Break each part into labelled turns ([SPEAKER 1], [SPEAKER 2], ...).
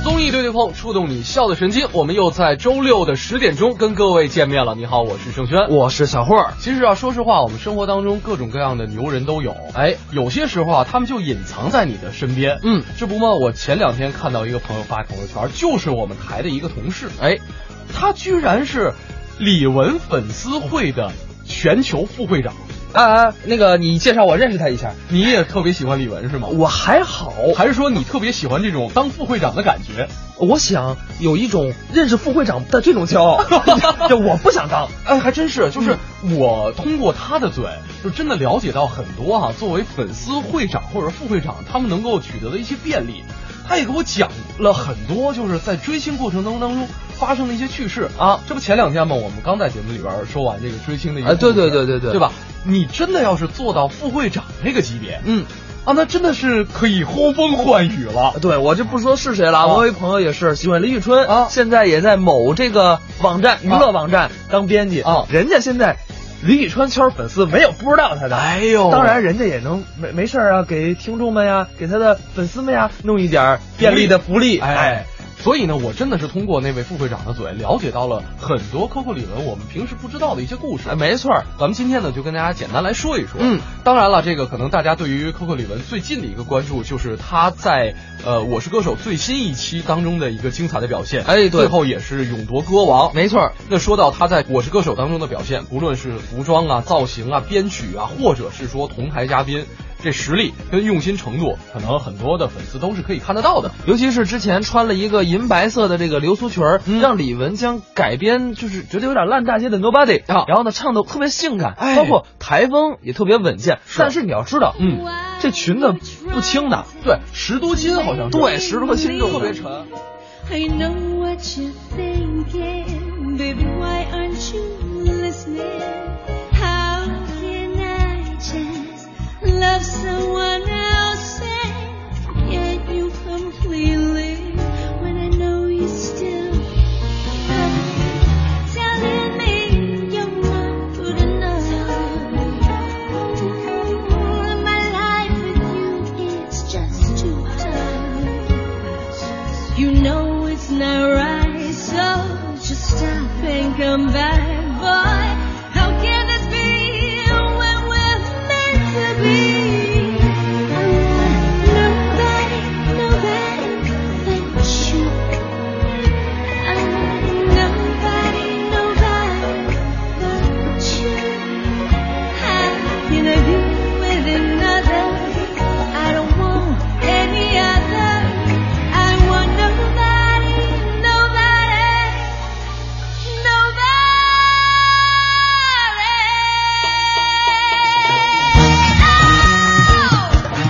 [SPEAKER 1] 综艺对对碰，触动你笑的神经。我们又在周六的十点钟跟各位见面了。你好，我是盛轩，
[SPEAKER 2] 我是小霍儿。
[SPEAKER 1] 其实啊，说实话，我们生活当中各种各样的牛人都有。哎，有些时候啊，他们就隐藏在你的身边。
[SPEAKER 2] 嗯，
[SPEAKER 1] 这不吗？我前两天看到一个朋友发朋友圈，就是我们台的一个同事，哎，他居然是李玟粉丝会的全球副会长。
[SPEAKER 2] 啊啊，那个你介绍我认识他一下。
[SPEAKER 1] 你也特别喜欢李玟是吗？
[SPEAKER 2] 我还好，
[SPEAKER 1] 还是说你特别喜欢这种当副会长的感觉？
[SPEAKER 2] 我想有一种认识副会长的这种骄 傲，这我不想当。嗯
[SPEAKER 1] 哎，还真是，就是我通过他的嘴，就真的了解到很多哈、作为粉丝会长或者副会长，他们能够取得的一些便利。他也给我讲了很多，就是在追星过程当当中发生的一些趣事啊。这不前两天嘛，我们刚在节目里边说完这个追星的一个
[SPEAKER 2] 哎
[SPEAKER 1] 故事，
[SPEAKER 2] 对对对对对
[SPEAKER 1] 对吧？你真的要是做到副会长这个级别，
[SPEAKER 2] 嗯，
[SPEAKER 1] 啊，那真的是可以呼风唤雨了。
[SPEAKER 2] 对我就不说是谁了，
[SPEAKER 1] 啊
[SPEAKER 2] 我有一朋友也是喜欢李宇春
[SPEAKER 1] 啊
[SPEAKER 2] 现在也在某这个网站娱乐网站当编辑
[SPEAKER 1] 啊
[SPEAKER 2] 人家现在。李宇春圈粉丝没有不知道他的，
[SPEAKER 1] 哎呦
[SPEAKER 2] 当然人家也能没没事儿啊，给听众们呀，给他的粉丝们呀，弄一点儿便利的福利，
[SPEAKER 1] 哎，所以呢，我真的是通过那位副会长的嘴，了解到了很多 COCO 理论我们平时不知道的一些故事
[SPEAKER 2] 哎，。没错儿，
[SPEAKER 1] 咱们今天呢，就跟大家简单来说一说。
[SPEAKER 2] 嗯，
[SPEAKER 1] 当然了，这个可能大家对于 COCO 李玟最近的一个关注，就是她在呃《我是歌手》最新一期当中的一个精彩的表现。
[SPEAKER 2] 哎对
[SPEAKER 1] 最后也是勇夺歌王。
[SPEAKER 2] 没错儿，
[SPEAKER 1] 那说到她在《我是歌手》当中的表现，不论是服装啊、造型啊、编曲啊，或者是说同台嘉宾，这实力跟用心程度，可能很多的粉丝都是可以看得到的。
[SPEAKER 2] 尤其是之前穿了一个银白色的这个流苏裙儿，
[SPEAKER 1] 嗯
[SPEAKER 2] 让李玟将改编，就是觉得有点烂大街的 Nobody，、
[SPEAKER 1] 啊
[SPEAKER 2] 然后呢唱的特别性感，
[SPEAKER 1] 哎
[SPEAKER 2] 包括台风也特别稳健。
[SPEAKER 1] 是
[SPEAKER 2] 但是你要知道，
[SPEAKER 1] 嗯
[SPEAKER 2] 这裙子不轻的，
[SPEAKER 1] 对，十多斤好像是。嗯
[SPEAKER 2] 对，十多斤重，
[SPEAKER 1] 特别沉。
[SPEAKER 3] I know what you're thinking, baby. Why aren't you listening? How can I just love someone else and forget you completely when I know you still love me? telling me you're not good enough? My life with you is just too tough. You know it's not right, so just stop and come back, boy. How can this be when we're meant to be? Nobody, nobody but you. Nobody, nobody but you. How can I be with another? I don't want any other. I want nobody, nobody, nobody. Oh!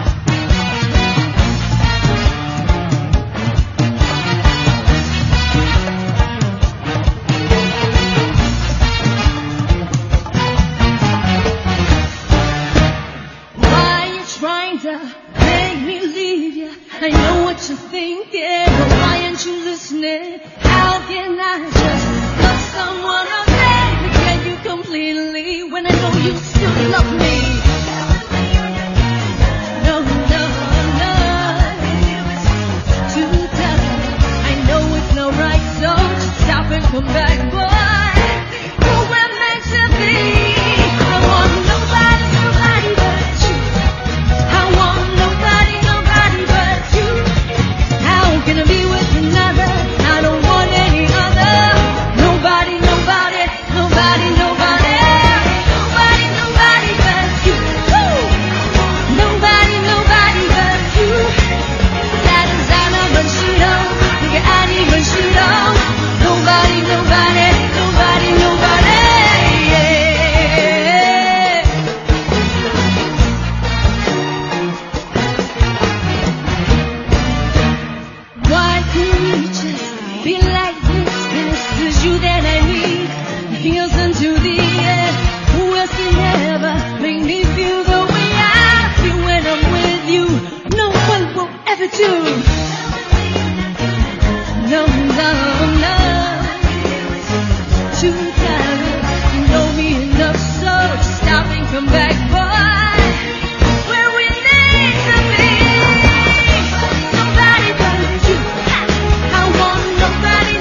[SPEAKER 3] Why you trying to make me leave you? I know what you're thinking, but why aren't you listening? How can I just love someone else and forget you completely when I know you still love me? No, no, no, too tough. I know it's not right, so just stop and come back, boy. Who am I to be? I want nobody, nobody but you. I want nobody, nobody but you. How can I be with another? I don't want any other. Nobody, nobody, nobody, nobody, nobody, nobody but you. Woo! Nobody, nobody but you. That is not even sure. Nigga, I ain't even sure. Nobody, nobody, nobody, nobody. Yeah. 'Cause Come back, boy. Where we need to be. Nobody but you. I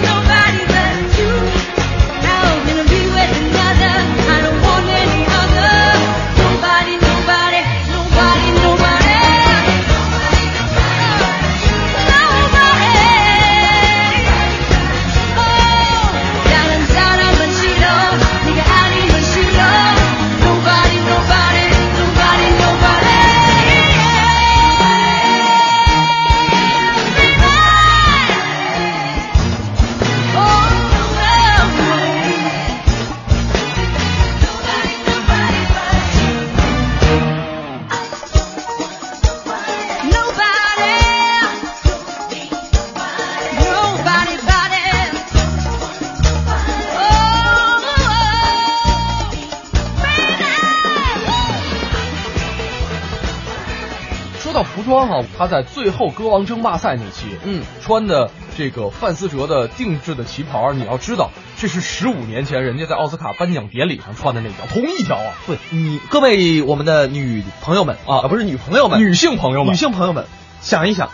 [SPEAKER 3] Oh,
[SPEAKER 1] 装哈、他在最后歌王争霸赛那期，
[SPEAKER 2] 嗯，
[SPEAKER 1] 穿的这个范思哲的定制的旗袍，啊你要知道，这是十五年前人家在奥斯卡颁奖典礼上穿的那条，同一条啊。
[SPEAKER 2] 不，你各位我们的女朋友们啊，不是女朋友们，
[SPEAKER 1] 女性朋友们
[SPEAKER 2] 女性朋友们，想一想，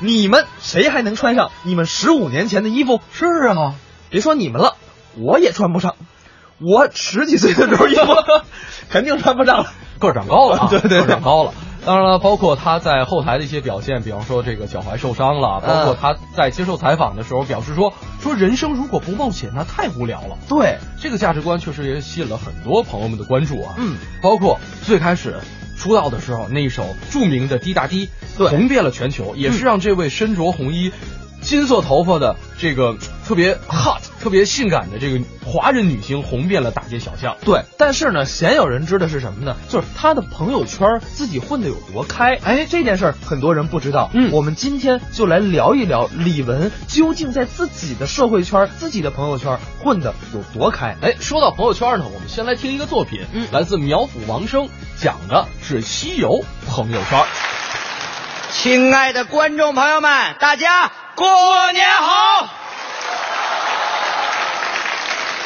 [SPEAKER 2] 你们谁还能穿上你们十五年前的衣服？
[SPEAKER 1] 是啊，
[SPEAKER 2] 别说你们了，我也穿不上。我十几岁的时候衣服 肯定穿不上了。
[SPEAKER 1] 个儿长高了、啊，
[SPEAKER 2] 对对对
[SPEAKER 1] 个儿长高了。当然了，包括他在后台的一些表现，比方说这个脚踝受伤了，包括
[SPEAKER 2] 嗯
[SPEAKER 1] 他在接受采访的时候表示说，说人生如果不冒险，那太无聊了。
[SPEAKER 2] 对，
[SPEAKER 1] 这个价值观确实也吸引了很多朋友们的关注啊。
[SPEAKER 2] 嗯，
[SPEAKER 1] 包括最开始出道的时候那一首著名的《滴答滴》，
[SPEAKER 2] 对
[SPEAKER 1] 红遍了全球，也是让这位身着红衣、金色头发的这个特别 hot、特别性感的这个华人女星红遍了大街小巷。
[SPEAKER 2] 对，但是呢，鲜有人知的是什么呢？就是他的朋友圈自己混得有多开。哎，这件事儿很多人不知道。
[SPEAKER 1] 嗯
[SPEAKER 2] 我们今天就来聊一聊李玟究竟在自己的社会圈、自己的朋友圈混得有多开。
[SPEAKER 1] 哎，说到朋友圈呢，我们先来听一个作品，
[SPEAKER 2] 嗯
[SPEAKER 1] 来自苗阜王声，讲的是西游朋友圈。
[SPEAKER 4] 亲爱的观众朋友们，大家过年好！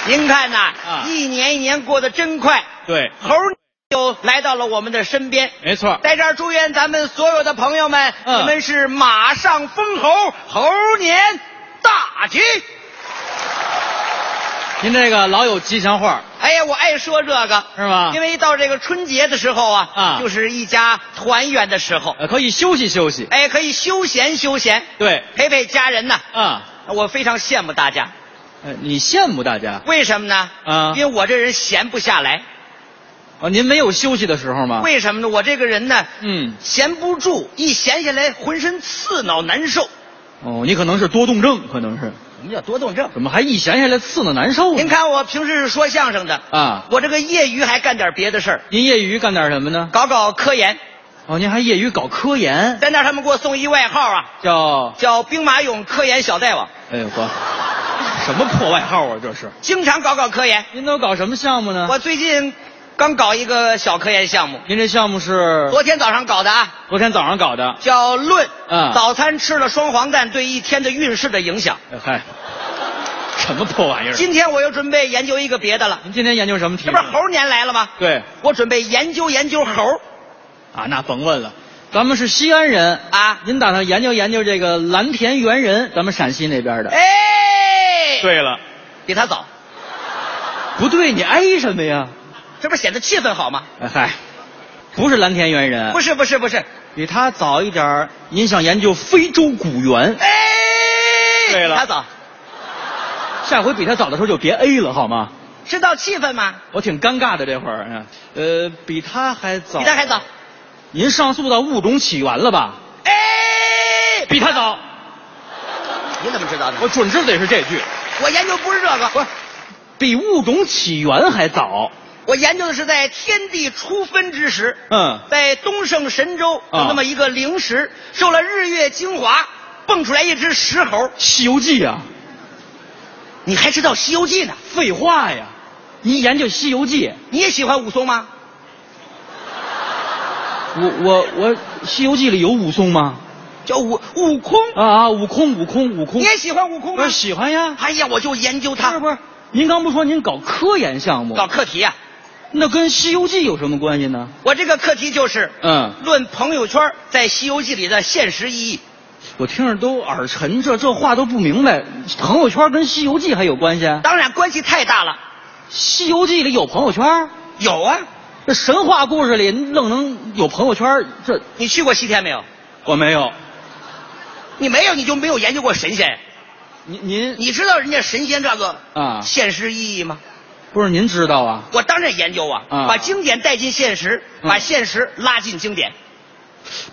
[SPEAKER 4] 您看呐，
[SPEAKER 5] 啊
[SPEAKER 4] 一年一年过得真快，
[SPEAKER 5] 对，
[SPEAKER 4] 猴儿又来到了我们的身边。
[SPEAKER 5] 没错，
[SPEAKER 4] 在这儿祝愿咱们所有的朋友们，
[SPEAKER 5] 嗯
[SPEAKER 4] 你们是马上封侯，猴年大吉！
[SPEAKER 5] 您这个老有吉祥话
[SPEAKER 4] 哎呀，我爱说这个，
[SPEAKER 5] 是吗？
[SPEAKER 4] 因为一到这个春节的时候啊，
[SPEAKER 5] 啊
[SPEAKER 4] 就是一家团圆的时候，
[SPEAKER 5] 呃可以休息休息。
[SPEAKER 4] 哎，可以休闲休闲，
[SPEAKER 5] 对，
[SPEAKER 4] 陪陪家人呐。
[SPEAKER 5] 啊，
[SPEAKER 4] 我非常羡慕大家，
[SPEAKER 5] 呃你羡慕大家
[SPEAKER 4] 为什么呢？
[SPEAKER 5] 啊
[SPEAKER 4] 因为我这人闲不下来。
[SPEAKER 5] 哦，您没有休息的时候吗？，
[SPEAKER 4] 为什么呢？我这个人呢，
[SPEAKER 5] 嗯，
[SPEAKER 4] 闲不住，一闲下来浑身刺挠难受。
[SPEAKER 5] 哦，你可能是多动症，可能是，
[SPEAKER 4] 什么叫多动症？
[SPEAKER 5] 怎么还一闲下来刺呢难受呢？
[SPEAKER 4] 您看我平时是说相声的，
[SPEAKER 5] 啊，
[SPEAKER 4] 我这个业余还干点别的事儿，
[SPEAKER 5] 您业余干点什么呢？
[SPEAKER 4] 搞搞科研。
[SPEAKER 5] 哦，您还业余搞科研，
[SPEAKER 4] 在那儿他们给我送一外号啊，
[SPEAKER 5] 叫，
[SPEAKER 4] 叫兵马俑科研小大王，
[SPEAKER 5] 哎呦呵，什么破外号啊这是？
[SPEAKER 4] 经常搞搞科研。
[SPEAKER 5] 您都搞什么项目呢？
[SPEAKER 4] 我最近刚搞一个小科研项目，
[SPEAKER 5] 您这项目是
[SPEAKER 4] 昨天早上搞的啊，
[SPEAKER 5] 昨天早上搞的？
[SPEAKER 4] 叫论。
[SPEAKER 5] 嗯
[SPEAKER 4] 早餐吃了双黄蛋对一天的运势的影响。
[SPEAKER 5] 哎嗨，什么破玩意儿？啊
[SPEAKER 4] 今天我又准备研究一个别的了，
[SPEAKER 5] 您今天研究什么题
[SPEAKER 4] 这
[SPEAKER 5] 目？
[SPEAKER 4] 不是猴年来了吗？
[SPEAKER 5] 对
[SPEAKER 4] 我准备研究研究猴
[SPEAKER 5] 啊，那甭问了，咱们是西安人，
[SPEAKER 4] 啊！
[SPEAKER 5] 您打算研究研究这个蓝田猿人，咱们陕西那边的。，
[SPEAKER 4] 哎，，
[SPEAKER 5] 嗯对了，
[SPEAKER 4] 比他早，
[SPEAKER 5] 不对，你哎什么呀？
[SPEAKER 4] 这不是显得气氛好吗？
[SPEAKER 5] 哎嗨，不是蓝田猿人，
[SPEAKER 4] 不
[SPEAKER 5] 是
[SPEAKER 4] 是，不是，不哎是，
[SPEAKER 5] 比他早一点儿。您想研究非洲古猿，
[SPEAKER 4] 哎，
[SPEAKER 5] 对了
[SPEAKER 4] 比他早，
[SPEAKER 5] 下回比他早的时候就别 A 了好吗？
[SPEAKER 4] 知道气氛吗？
[SPEAKER 5] 我挺尴尬的这会儿，嗯呃，比他还早，
[SPEAKER 4] 比他还早，
[SPEAKER 5] 您上诉到物种起源了吧？
[SPEAKER 4] 哎，
[SPEAKER 5] 比他早，
[SPEAKER 4] 你怎么知道的？
[SPEAKER 5] 我准知得是这句，
[SPEAKER 4] 我研究不是这个，不是，
[SPEAKER 5] 比物种起源还早。
[SPEAKER 4] 我研究的是在天地初分之时，
[SPEAKER 5] 嗯，
[SPEAKER 4] 在东胜神州有
[SPEAKER 5] 啊
[SPEAKER 4] 那么一个灵石，受了日月精华，蹦出来一只石猴。
[SPEAKER 5] 《西游记》啊。
[SPEAKER 4] 你还知道《西游记》呢？
[SPEAKER 5] 废话呀，你研究《西游记》，
[SPEAKER 4] 你也喜欢武松吗？
[SPEAKER 5] 我我我，《西游记》里有武松吗？
[SPEAKER 4] 叫悟悟空，
[SPEAKER 5] 啊啊，悟空，悟空，悟空
[SPEAKER 4] 你，也喜欢悟空
[SPEAKER 5] 我
[SPEAKER 4] 吗
[SPEAKER 5] 说？喜欢呀，
[SPEAKER 4] 哎呀，我就研究
[SPEAKER 5] 是
[SPEAKER 4] 他，
[SPEAKER 5] 不是？您刚不说您搞科研项目，
[SPEAKER 4] 搞课题啊。
[SPEAKER 5] 那跟《西游记》有什么关系呢？
[SPEAKER 4] 我这个课题就是
[SPEAKER 5] 嗯，
[SPEAKER 4] 论朋友圈在《西游记》里的现实意义。
[SPEAKER 5] 我听着都耳沉，这这话都不明白。朋友圈跟《西游记》还有关系？《
[SPEAKER 4] 当然关系太大了，
[SPEAKER 5] 西游记》里有朋友圈？
[SPEAKER 4] 有啊。
[SPEAKER 5] 这神话故事里愣能有朋友圈？这
[SPEAKER 4] 你去过西天没有？
[SPEAKER 5] 我没有。
[SPEAKER 4] 你没有，你就没有研究过神仙。
[SPEAKER 5] 您您
[SPEAKER 4] 你知道人家神仙这个
[SPEAKER 5] 啊
[SPEAKER 4] 现实意义吗？
[SPEAKER 5] 不是您知道啊？
[SPEAKER 4] 我当然研究啊，
[SPEAKER 5] 啊
[SPEAKER 4] 把经典带进现实，
[SPEAKER 5] 嗯
[SPEAKER 4] 把现实拉进经典。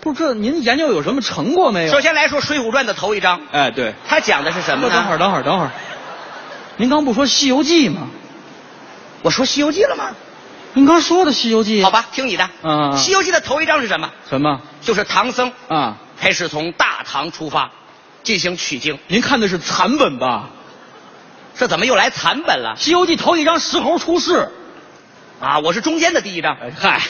[SPEAKER 5] 不是这您研究有什么成果没有
[SPEAKER 4] 首？先来说《水浒传》的头一章，
[SPEAKER 5] 哎，对。
[SPEAKER 4] 它讲的是什么呢？
[SPEAKER 5] 等会儿，等会儿，等会儿。您刚不说《西游记》吗？
[SPEAKER 4] 我说《西游记》了吗？
[SPEAKER 5] 您刚说的《西游记》。
[SPEAKER 4] 好。吧，听你的。
[SPEAKER 5] 嗯嗯嗯
[SPEAKER 4] 西游记》的头一章是什么？
[SPEAKER 5] 什么？
[SPEAKER 4] 就是唐僧
[SPEAKER 5] 啊？
[SPEAKER 4] 开始从大唐出发，进行取经。
[SPEAKER 5] 您看的是残本吧？
[SPEAKER 4] 这怎么又来残本了
[SPEAKER 5] 《西游记》头一章石猴出世。
[SPEAKER 4] 啊？我是中间的第一章，
[SPEAKER 5] 哎嗨，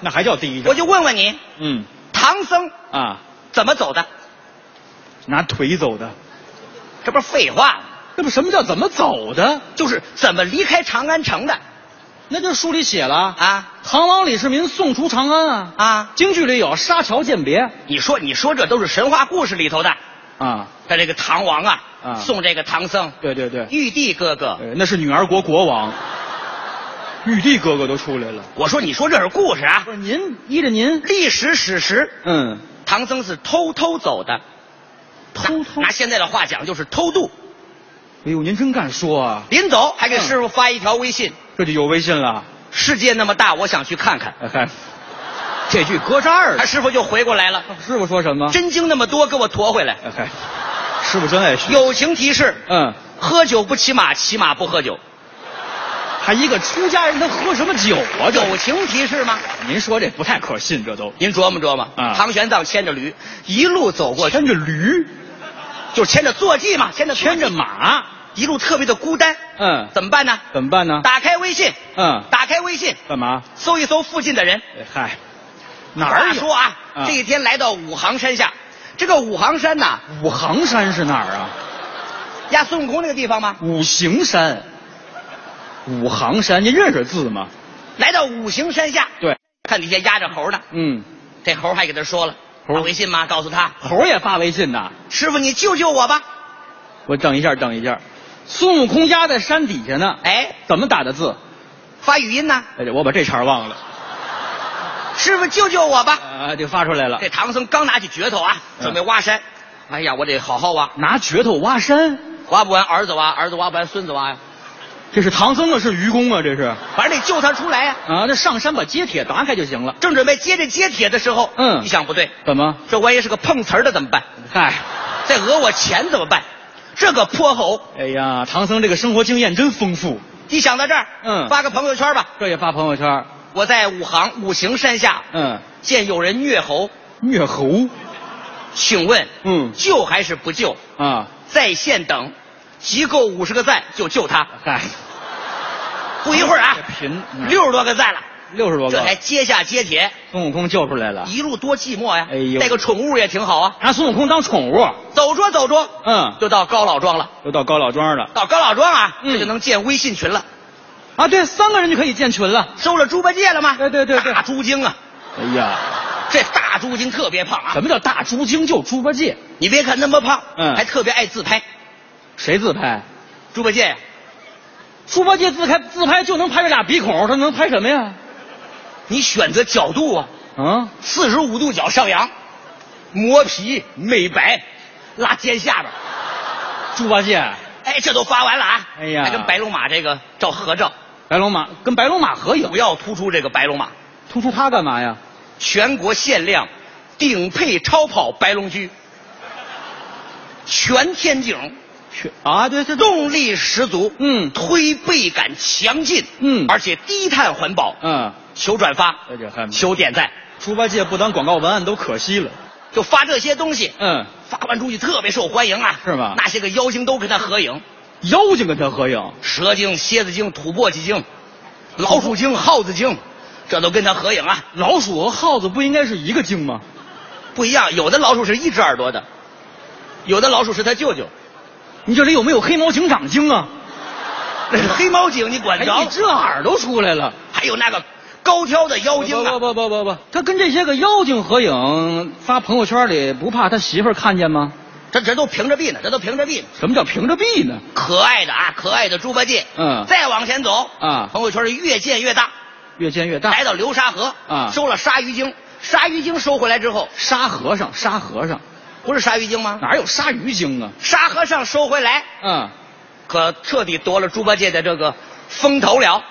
[SPEAKER 5] 那还叫第一
[SPEAKER 4] 我就问问你，
[SPEAKER 5] 嗯
[SPEAKER 4] 唐僧
[SPEAKER 5] 啊，
[SPEAKER 4] 怎么走的？
[SPEAKER 5] 拿腿走的，
[SPEAKER 4] 这不是废话吗？
[SPEAKER 5] 那不什么叫怎么走的？
[SPEAKER 4] 就是怎么离开长安城的
[SPEAKER 5] 那就是书里写了啊，
[SPEAKER 4] 啊
[SPEAKER 5] 唐王李世民送出长安啊，
[SPEAKER 4] 啊！
[SPEAKER 5] 京剧里有沙桥饯别
[SPEAKER 4] 你说你说这都是神话故事里头的，
[SPEAKER 5] 啊，
[SPEAKER 4] 他这个唐王啊，
[SPEAKER 5] 啊
[SPEAKER 4] 送这个唐僧
[SPEAKER 5] 对对对，
[SPEAKER 4] 玉帝哥哥。
[SPEAKER 5] 呃那是女儿国国王，玉帝哥哥都出来了。
[SPEAKER 4] 我说你说这是故事啊
[SPEAKER 5] 不，是您依着您，
[SPEAKER 4] 历史史实，
[SPEAKER 5] 嗯，
[SPEAKER 4] 唐僧是偷偷走的，
[SPEAKER 5] 偷偷
[SPEAKER 4] 拿，现在的话讲就是偷渡。
[SPEAKER 5] 哎呦，您真敢说啊，
[SPEAKER 4] 临走还给师傅发一条微信：
[SPEAKER 5] 这就有微信了。
[SPEAKER 4] 世界那么大，我想去看看。
[SPEAKER 5] 哎嗨，这句搁这儿
[SPEAKER 4] 他
[SPEAKER 5] 了。
[SPEAKER 4] 师傅就回过来了，
[SPEAKER 5] 师傅说什么？
[SPEAKER 4] 真经那么多，给我驮回来。
[SPEAKER 5] 哎嗨，师傅真爱学。
[SPEAKER 4] 友情提示：
[SPEAKER 5] 嗯，
[SPEAKER 4] 喝酒不骑马，骑马不喝酒。
[SPEAKER 5] 还一个出家人，他喝什么酒啊？这
[SPEAKER 4] 友情提示吗？
[SPEAKER 5] 您说这不太可信，这都
[SPEAKER 4] 您琢磨琢磨
[SPEAKER 5] 啊
[SPEAKER 4] 唐玄奘牵着驴，一路走过去，
[SPEAKER 5] 牵着驴，
[SPEAKER 4] 就牵着坐骑嘛，牵着坐骑
[SPEAKER 5] 牵着，马，
[SPEAKER 4] 一路特别的孤单。
[SPEAKER 5] 嗯，
[SPEAKER 4] 怎么办呢？
[SPEAKER 5] 怎么办呢？
[SPEAKER 4] 打开微信，
[SPEAKER 5] 嗯，
[SPEAKER 4] 打开微信，
[SPEAKER 5] 干嘛？
[SPEAKER 4] 搜一搜附近的人。
[SPEAKER 5] 哎嗨，哪儿
[SPEAKER 4] 话
[SPEAKER 5] 有
[SPEAKER 4] 说啊，
[SPEAKER 5] 啊
[SPEAKER 4] 这一天来到五行山下，这个五行山呐，
[SPEAKER 5] 五行山是哪儿啊？
[SPEAKER 4] 压孙悟空那个地方吗？
[SPEAKER 5] 五行山，五行山，您认识字吗？
[SPEAKER 4] 来到五行山下，
[SPEAKER 5] 对，
[SPEAKER 4] 看底下压着猴呢，
[SPEAKER 5] 嗯，
[SPEAKER 4] 这猴还给他说了，
[SPEAKER 5] 猴
[SPEAKER 4] 发微信吗？告诉他，
[SPEAKER 5] 猴也发微信呐。
[SPEAKER 4] 师傅你救救我吧！
[SPEAKER 5] 我等一下，等一下，孙悟空压在山底下呢。
[SPEAKER 4] 哎，
[SPEAKER 5] 怎么打的字？
[SPEAKER 4] 发语音呢，
[SPEAKER 5] 哎，我把这茬儿忘了。
[SPEAKER 4] 师傅救救我吧！
[SPEAKER 5] 啊，就发出来了
[SPEAKER 4] 这。唐僧刚拿起镢头啊，
[SPEAKER 5] 嗯
[SPEAKER 4] 准备挖山，哎呀，我得好好挖，
[SPEAKER 5] 拿镢头挖山，
[SPEAKER 4] 挖不完儿子挖，儿子挖不完孙子挖呀，
[SPEAKER 5] 这是唐僧啊，是愚公啊，这是
[SPEAKER 4] 反正得救他出来呀。
[SPEAKER 5] 啊。那上山把接铁打开就行了。
[SPEAKER 4] 正准备接这接铁的时候，
[SPEAKER 5] 嗯哎
[SPEAKER 4] 一想不对，
[SPEAKER 5] 怎么？
[SPEAKER 4] 这万一是个碰瓷儿的怎么办？
[SPEAKER 5] 嗨，
[SPEAKER 4] 再讹我钱怎么办？这个泼猴，
[SPEAKER 5] 哎呀，唐僧这个生活经验真丰富。
[SPEAKER 4] 一想到这儿，
[SPEAKER 5] 嗯
[SPEAKER 4] 发个朋友圈吧。
[SPEAKER 5] 这也发朋友圈，
[SPEAKER 4] 我在五行五行山下
[SPEAKER 5] 嗯，
[SPEAKER 4] 见有人虐猴，
[SPEAKER 5] 虐猴，
[SPEAKER 4] 请问
[SPEAKER 5] 嗯
[SPEAKER 4] 救还是不救？
[SPEAKER 5] 啊，
[SPEAKER 4] 在线等，集够五十个赞就救他。
[SPEAKER 5] 嗨，
[SPEAKER 4] 不一会儿啊
[SPEAKER 5] 这贫，嗯
[SPEAKER 4] 六十多个赞了，
[SPEAKER 5] 六十多
[SPEAKER 4] 这
[SPEAKER 5] 个，
[SPEAKER 4] 才接下接铁，
[SPEAKER 5] 孙悟空救出来了，
[SPEAKER 4] 一路多寂寞呀！
[SPEAKER 5] 哎呦
[SPEAKER 4] 带个宠物也挺好啊。
[SPEAKER 5] 拿孙悟空当宠物，
[SPEAKER 4] 走着走着，
[SPEAKER 5] 嗯，
[SPEAKER 4] 就到高老庄了。
[SPEAKER 5] 又到高老庄了。
[SPEAKER 4] 到高老庄啊，
[SPEAKER 5] 嗯
[SPEAKER 4] 这就能建微信群了。
[SPEAKER 5] 啊，对，三个人就可以建群了。
[SPEAKER 4] 收了猪八戒了吗？
[SPEAKER 5] 对对对对
[SPEAKER 4] 大猪精啊，
[SPEAKER 5] 哎呀，
[SPEAKER 4] 这大猪精特别胖啊
[SPEAKER 5] 什。么叫大猪精救猪八戒？
[SPEAKER 4] 你别看那么胖，
[SPEAKER 5] 嗯
[SPEAKER 4] 还特别爱自拍。
[SPEAKER 5] 谁自拍？
[SPEAKER 4] 猪八戒呀，
[SPEAKER 5] 猪八戒自拍自拍就能拍这俩鼻孔，他能拍什么呀？
[SPEAKER 4] 你选择角度啊，
[SPEAKER 5] 嗯，
[SPEAKER 4] 四十五度角上扬，磨皮美白，拉尖下巴，
[SPEAKER 5] 猪八戒，
[SPEAKER 4] 哎，这都发完了啊。
[SPEAKER 5] 哎呀
[SPEAKER 4] 还跟白龙马这个照合照，
[SPEAKER 5] 白龙马跟白龙马合影
[SPEAKER 4] 主，要突出这个白龙马，
[SPEAKER 5] 突出他干嘛呀？
[SPEAKER 4] 全国限量顶配超跑白龙驹，全天井，
[SPEAKER 5] 去啊，对，这动，
[SPEAKER 4] 动力十足，
[SPEAKER 5] 嗯
[SPEAKER 4] 推背感强劲，
[SPEAKER 5] 嗯
[SPEAKER 4] 而且低碳环保。
[SPEAKER 5] 嗯，
[SPEAKER 4] 求转发，
[SPEAKER 5] 哎这还
[SPEAKER 4] 求点赞，
[SPEAKER 5] 猪八戒不当广告文案都可惜了。
[SPEAKER 4] 就发这些东西。
[SPEAKER 5] 嗯，
[SPEAKER 4] 发完出去特别受欢迎啊，
[SPEAKER 5] 是吗
[SPEAKER 4] 那些个妖精都跟他合影，
[SPEAKER 5] 妖精跟他合影，
[SPEAKER 4] 蛇精、蝎子精、土拨鸡精、老鼠精、耗子精，这都跟他合影啊。
[SPEAKER 5] 老鼠和耗子不应该是一个精吗？
[SPEAKER 4] 不一样，有的老鼠是一只耳朵的，有的老鼠是他舅舅，
[SPEAKER 5] 你这里有没有黑猫警长精啊？
[SPEAKER 4] 那是黑猫警，你管得着
[SPEAKER 5] 哎，你
[SPEAKER 4] 吗？
[SPEAKER 5] 这耳朵出来了。
[SPEAKER 4] 还有那个高挑的妖精啊
[SPEAKER 5] 不，不不不不不，他跟这些个妖精合影发朋友圈里，不怕他媳妇儿看见吗？
[SPEAKER 4] 这这都屏着臂呢，这都屏着臂呢。
[SPEAKER 5] 什么叫凭着币呢？
[SPEAKER 4] 可爱的啊，可爱的猪八戒，
[SPEAKER 5] 嗯
[SPEAKER 4] 再往前走
[SPEAKER 5] 啊
[SPEAKER 4] 朋友圈是越建越大，
[SPEAKER 5] 越建越大
[SPEAKER 4] 来。到流沙河
[SPEAKER 5] 啊
[SPEAKER 4] 收了鲨鱼精，鲨鱼精收回来之后，
[SPEAKER 5] 沙和尚，沙和尚
[SPEAKER 4] 不是鲨鱼精吗？
[SPEAKER 5] 哪有鲨鱼精啊？
[SPEAKER 4] 沙和尚收回来，
[SPEAKER 5] 嗯，
[SPEAKER 4] 可彻底夺了猪八戒的这个风头了。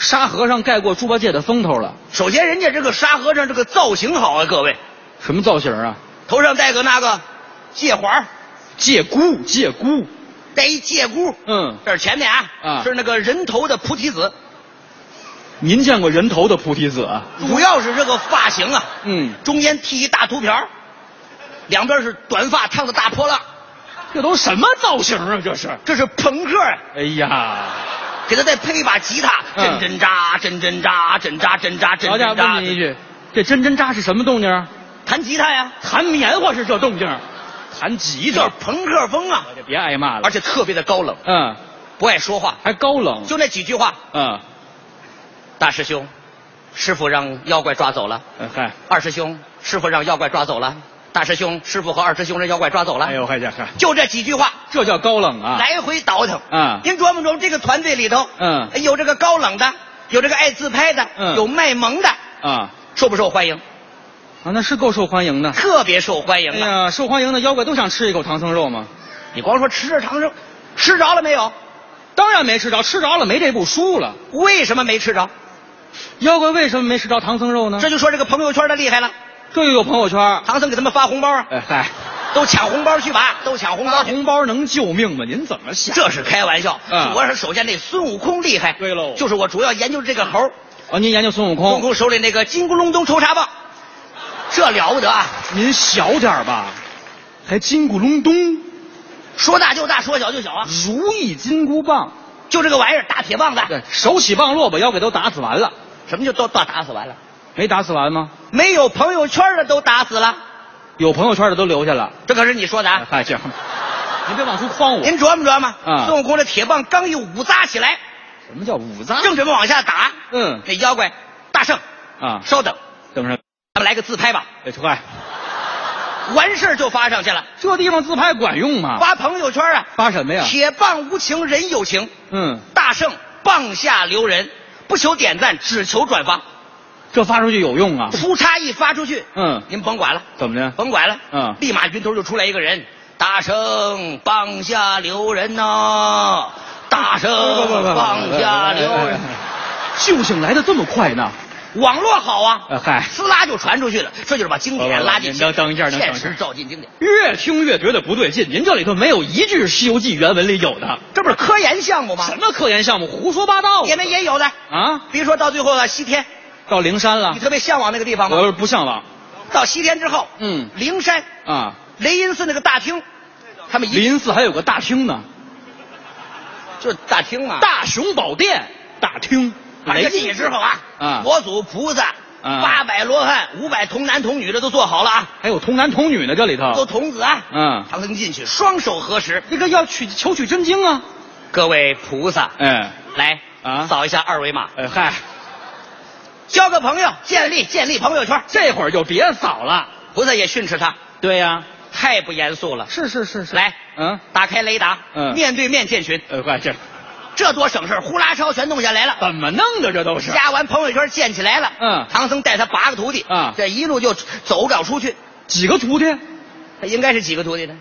[SPEAKER 5] 沙和尚盖过猪八戒的风头了。
[SPEAKER 4] 首先，人家这个沙和尚这个造型好啊，各位，
[SPEAKER 5] 什么造型啊？
[SPEAKER 4] 头上戴个那个戒环，
[SPEAKER 5] 借箍，借箍。
[SPEAKER 4] 戴一戒箍，
[SPEAKER 5] 嗯，
[SPEAKER 4] 这是前面啊，
[SPEAKER 5] 啊
[SPEAKER 4] 是那个人头的菩提子，
[SPEAKER 5] 您见过人头的菩提子啊？
[SPEAKER 4] 主要是这个发型啊，
[SPEAKER 5] 嗯，
[SPEAKER 4] 中间剃一大秃瓢儿，两边是短发烫的大波浪，
[SPEAKER 5] 这都什么造型啊？这是？
[SPEAKER 4] 这是朋克啊。
[SPEAKER 5] 哎呀，
[SPEAKER 4] 给他再配一把吉他，真
[SPEAKER 5] 嗯
[SPEAKER 4] 真扎，真真扎，真扎真扎真
[SPEAKER 5] 老
[SPEAKER 4] 真
[SPEAKER 5] 贾
[SPEAKER 4] 扎
[SPEAKER 5] 问您一句，这针针扎是什么动静啊？弹吉他呀，弹棉花是这动静儿，弹吉
[SPEAKER 4] 就是
[SPEAKER 5] 他，
[SPEAKER 4] 朋克风啊，
[SPEAKER 5] 别挨骂了。
[SPEAKER 4] 而且特别的高冷，
[SPEAKER 5] 嗯，
[SPEAKER 4] 不爱说话，
[SPEAKER 5] 还高冷，
[SPEAKER 4] 就那几句话。
[SPEAKER 5] 嗯，
[SPEAKER 4] 大师兄，师傅让妖怪抓走了。
[SPEAKER 5] 呃嗨，
[SPEAKER 4] 二师兄，师傅让妖怪抓走了。大师兄，师傅和二师兄让妖怪抓走了。
[SPEAKER 5] 哎呦，嗨呀嗨，
[SPEAKER 4] 就这几句话，
[SPEAKER 5] 这叫高冷啊！
[SPEAKER 4] 来回倒腾。
[SPEAKER 5] 嗯
[SPEAKER 4] 您琢磨琢磨，这个团队里头，
[SPEAKER 5] 嗯
[SPEAKER 4] 哎有这个高冷的，有这个爱自拍的，
[SPEAKER 5] 嗯
[SPEAKER 4] 有卖萌的，
[SPEAKER 5] 啊
[SPEAKER 4] 受不受欢迎？
[SPEAKER 5] 啊，那是够受欢迎的。
[SPEAKER 4] 特别受欢迎
[SPEAKER 5] 哎
[SPEAKER 4] 啊！
[SPEAKER 5] 呀，受欢迎的妖怪都想吃一口唐僧肉嘛。
[SPEAKER 4] 你光说吃着长生，吃着了没有？
[SPEAKER 5] 当然没吃着，吃着了没这部书了。
[SPEAKER 4] 为什么没吃着？
[SPEAKER 5] 妖怪为什么没吃着唐僧肉呢？
[SPEAKER 4] 这就说这个朋友圈的厉害了。
[SPEAKER 5] 这又有朋友圈。
[SPEAKER 4] 唐僧给他们发红包啊，
[SPEAKER 5] 哎 嗨，
[SPEAKER 4] 都抢红包去吧，都抢红包
[SPEAKER 5] 发
[SPEAKER 4] 去。
[SPEAKER 5] 红包能救命吗？您怎么想？
[SPEAKER 4] 这是开玩笑。
[SPEAKER 5] 嗯
[SPEAKER 4] 我是首先那孙悟空厉害。
[SPEAKER 5] 对喽
[SPEAKER 4] 就是我主要研究这个猴儿，
[SPEAKER 5] 哦，您研究孙悟
[SPEAKER 4] 孙悟
[SPEAKER 5] 空，
[SPEAKER 4] 空手里那个金箍隆咚抽插棒，这了不得啊！
[SPEAKER 5] 您小点儿吧，还金箍隆咚，
[SPEAKER 4] 说大就大，说小就小啊！
[SPEAKER 5] 如意金箍棒，
[SPEAKER 4] 就这个玩意儿，大铁棒子。
[SPEAKER 5] 对，手起棒落把妖怪都打死完了，
[SPEAKER 4] 什么就都都打死完了？
[SPEAKER 5] 没打死完吗？
[SPEAKER 4] 没有朋友圈的都打死了，
[SPEAKER 5] 有朋友圈的都留下了。哎
[SPEAKER 4] 这可是你说的啊！
[SPEAKER 5] 嗨，这样，您别往出诓我。
[SPEAKER 4] 您琢磨琢磨，
[SPEAKER 5] 嗯
[SPEAKER 4] 孙悟空这铁棒刚一捂扎起来，
[SPEAKER 5] 什么叫五脏？
[SPEAKER 4] 正准备往下打，
[SPEAKER 5] 嗯
[SPEAKER 4] 那妖怪大圣，
[SPEAKER 5] 啊，
[SPEAKER 4] 稍等，
[SPEAKER 5] 等着，
[SPEAKER 4] 咱们来个自拍吧，
[SPEAKER 5] 哎，快，
[SPEAKER 4] 完事儿就发上去了。
[SPEAKER 5] 这地方自拍管用吗？
[SPEAKER 4] 发朋友圈啊，
[SPEAKER 5] 发什么嗯哎呀？
[SPEAKER 4] 铁棒无情人有情，
[SPEAKER 5] 嗯，
[SPEAKER 4] 大圣棒下留人，不求点赞，只求转发。
[SPEAKER 5] 这发出去有用啊？
[SPEAKER 4] 出差一发出去，
[SPEAKER 5] 嗯
[SPEAKER 4] 您甭管了，
[SPEAKER 5] 怎么的？
[SPEAKER 4] 甭管了，
[SPEAKER 5] 嗯
[SPEAKER 4] 立马云头就出来一个人，大圣棒下留人呐、大圣棒下
[SPEAKER 5] 哎
[SPEAKER 4] 留人。
[SPEAKER 5] 救醒来的这么快呢？
[SPEAKER 4] 网络好啊，
[SPEAKER 5] 呃，嗨，
[SPEAKER 4] 呲啦就传出去了，这就是把经典拉进
[SPEAKER 5] 您
[SPEAKER 4] 现
[SPEAKER 5] 等等一下
[SPEAKER 4] 实，
[SPEAKER 5] 等一下
[SPEAKER 4] 现实照进经典，
[SPEAKER 5] 越听越觉得不对劲。您这里头没有一句《西游记》原文里有的，
[SPEAKER 4] 这不是科研项目吗？
[SPEAKER 5] 什么科研项目，胡说八道啊
[SPEAKER 4] 也没也有的，
[SPEAKER 5] 啊！
[SPEAKER 4] 比如说到最后啊，西天，
[SPEAKER 5] 到灵山了
[SPEAKER 4] 你，特别向往那个地方吗？
[SPEAKER 5] 啊我不向往。
[SPEAKER 4] 到西天之后，
[SPEAKER 5] 嗯
[SPEAKER 4] 灵山
[SPEAKER 5] 啊，
[SPEAKER 4] 雷音寺那个大厅，他们一
[SPEAKER 5] 林寺还有个大厅呢，
[SPEAKER 4] 就是大厅嘛，
[SPEAKER 5] 大雄宝殿大厅。
[SPEAKER 4] 反正进去之后啊，
[SPEAKER 5] 啊
[SPEAKER 4] 佛祖、菩萨、
[SPEAKER 5] 啊
[SPEAKER 4] 八百罗汉、五百童男童女的都做好了啊，
[SPEAKER 5] 还有童男童女呢，这里
[SPEAKER 4] 都
[SPEAKER 5] 头。
[SPEAKER 4] 童子啊。
[SPEAKER 5] 嗯，
[SPEAKER 4] 唐僧进去，双手合十，
[SPEAKER 5] 这个要取求取真经啊。
[SPEAKER 4] 各位菩萨
[SPEAKER 5] 哎，
[SPEAKER 4] 来
[SPEAKER 5] 啊
[SPEAKER 4] 扫一下二维码，
[SPEAKER 5] 哎嗨，
[SPEAKER 4] 交个朋友，建立建立朋友圈。
[SPEAKER 5] 这会儿就别扫了。
[SPEAKER 4] 菩萨也训斥他，
[SPEAKER 5] 对呀、
[SPEAKER 4] 太不严肃了。
[SPEAKER 5] 是是是是。
[SPEAKER 4] 来，
[SPEAKER 5] 嗯，
[SPEAKER 4] 打开雷达，
[SPEAKER 5] 嗯
[SPEAKER 4] 面对面建群，
[SPEAKER 5] 呃，快这
[SPEAKER 4] 这多省事儿，呼啦超全弄下来了。
[SPEAKER 5] 怎么弄的？这都是。
[SPEAKER 4] 加完朋友圈建起来了，
[SPEAKER 5] 嗯
[SPEAKER 4] 唐僧带他八个徒弟，
[SPEAKER 5] 啊
[SPEAKER 4] 这一路就走不了出去，
[SPEAKER 5] 几个徒弟？
[SPEAKER 4] 他应该是几个徒弟呢？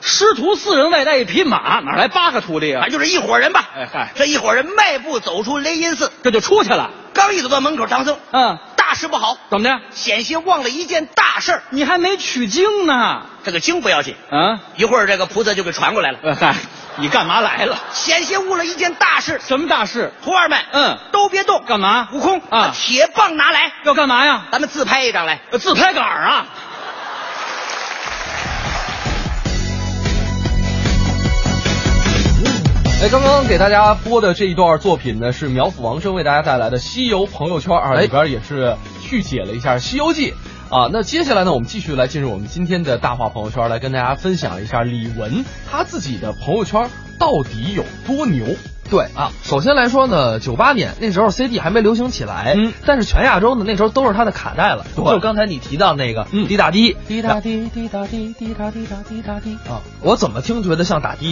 [SPEAKER 5] 师徒四人外带一匹马，哪来八个徒弟啊
[SPEAKER 4] 反？正就是一伙人吧。
[SPEAKER 5] 哎嗨
[SPEAKER 4] 这一伙人迈步走出雷音寺，
[SPEAKER 5] 这就出去了。
[SPEAKER 4] 刚一走到门口，唐僧
[SPEAKER 5] 嗯，
[SPEAKER 4] 大事不好，
[SPEAKER 5] 怎么的？
[SPEAKER 4] 险些忘了一件大事儿。
[SPEAKER 5] 你还没取经呢？
[SPEAKER 4] 这个经不要紧，
[SPEAKER 5] 啊？
[SPEAKER 4] 一会儿这个菩萨就给传过来了。
[SPEAKER 5] 呃嗨，你干嘛来了？
[SPEAKER 4] 险些误了一件大事，
[SPEAKER 5] 什么大事？
[SPEAKER 4] 徒儿们，
[SPEAKER 5] 嗯
[SPEAKER 4] 都别动，
[SPEAKER 5] 干嘛？
[SPEAKER 4] 悟空把
[SPEAKER 5] 啊？
[SPEAKER 4] 铁棒拿来，
[SPEAKER 5] 要干嘛呀？
[SPEAKER 4] 咱们自拍一张来。
[SPEAKER 5] 呃自拍杆儿啊？
[SPEAKER 1] 哎，刚刚给大家播的这一段作品呢，是苗阜王声为大家带来的《西游朋友圈》啊，
[SPEAKER 2] 哎
[SPEAKER 1] 里边也是续解了一下《西游记》啊。那接下来呢，我们继续来进入我们今天的大话朋友圈，来跟大家分享一下李玟她自己的朋友圈到底有多牛。
[SPEAKER 2] 对啊，首先来说呢，九八年那时候 CD 还没流行起来，
[SPEAKER 1] 嗯
[SPEAKER 2] 但是全亚洲呢那时候都是他的卡带了，
[SPEAKER 1] 对
[SPEAKER 2] 就刚才你提到那个、
[SPEAKER 1] 嗯
[SPEAKER 2] 滴答滴，
[SPEAKER 1] 滴答滴滴答滴滴答滴答滴答滴
[SPEAKER 2] 啊，我怎么听觉得像打的？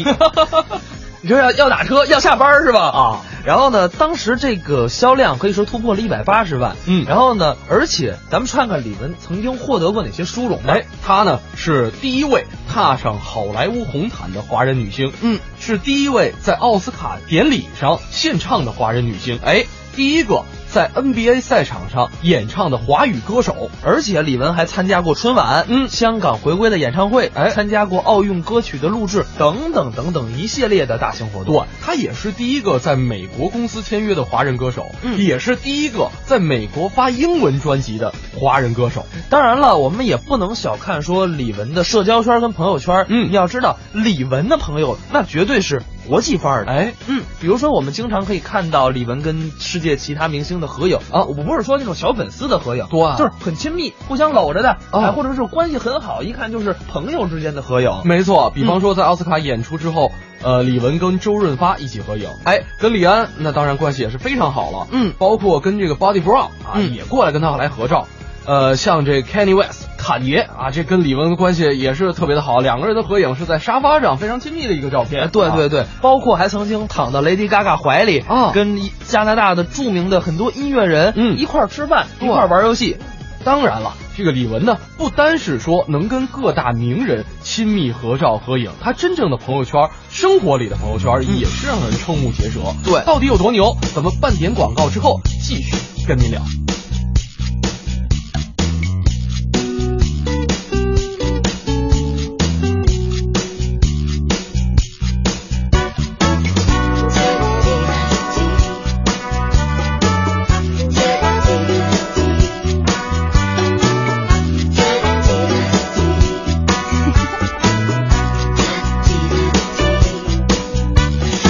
[SPEAKER 2] 你说要要打车，要下班儿是吧？
[SPEAKER 1] 啊，
[SPEAKER 2] 然后呢，当时这个销量可以说突破了一百八十万。
[SPEAKER 1] 嗯
[SPEAKER 2] 然后呢，而且咱们看看李玟曾经获得过哪些殊荣吧。
[SPEAKER 1] 哎，她呢是第一位踏上好莱坞红毯的华人女星，
[SPEAKER 2] 嗯，
[SPEAKER 1] 是第一位在奥斯卡典礼上献唱的华人女星，哎，第一个在 NBA 赛场上演唱的华语歌手，
[SPEAKER 2] 而且李玟还参加过春晚，
[SPEAKER 1] 嗯
[SPEAKER 2] 香港回归的演唱会，
[SPEAKER 1] 哎
[SPEAKER 2] 参加过奥运歌曲的录制，等等等等一系列的大型活动。
[SPEAKER 1] 对，他也是第一个在美国公司签约的华人歌手，
[SPEAKER 2] 嗯
[SPEAKER 1] 也是第一个在美国发英文专辑的华人歌手。
[SPEAKER 2] 当然了，我们也不能小看说李玟的社交圈跟朋友圈。
[SPEAKER 1] 嗯
[SPEAKER 2] 你要知道，李玟的朋友那绝对是国际范儿的。
[SPEAKER 1] 哎，
[SPEAKER 2] 嗯，比如说我们经常可以看到李玟跟世界其他明星的合影啊，我不是说那种小粉丝的合影，
[SPEAKER 1] 对啊
[SPEAKER 2] 就是很亲密，互相搂着的，
[SPEAKER 1] 啊
[SPEAKER 2] 哎，或者是关系很好，一看就是朋友之间的合影。
[SPEAKER 1] 没错，比方说在奥斯卡演出之后，呃，李玟跟周润发一起合影，哎，跟李安那当然关系也是非常好了，
[SPEAKER 2] 嗯
[SPEAKER 1] 包括跟这个 Body Brown 啊、
[SPEAKER 2] 嗯
[SPEAKER 1] 也过来跟他来合照，呃，像这 Kanye West 侃爷啊，这跟李玟的关系也是特别的好，两个人的合影是在沙发上非常亲密的一个照片，
[SPEAKER 2] 哎，对对
[SPEAKER 1] 对。
[SPEAKER 2] 对，包括还曾经躺到 Lady Gaga 怀里
[SPEAKER 1] 啊
[SPEAKER 2] 跟一加拿大的著名的很多音乐人
[SPEAKER 1] 嗯
[SPEAKER 2] 一块儿吃饭，
[SPEAKER 1] 对
[SPEAKER 2] 一块儿玩游戏。
[SPEAKER 1] 当然了，这个李玟呢，不单是说能跟各大名人亲密合照合影，她真正的朋友圈、生活里的朋友圈也是让人瞠目结舌。
[SPEAKER 2] 对
[SPEAKER 1] 到底有多牛？咱们半点广告之后继续跟您聊。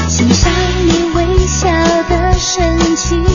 [SPEAKER 6] 欣赏你微笑的神情，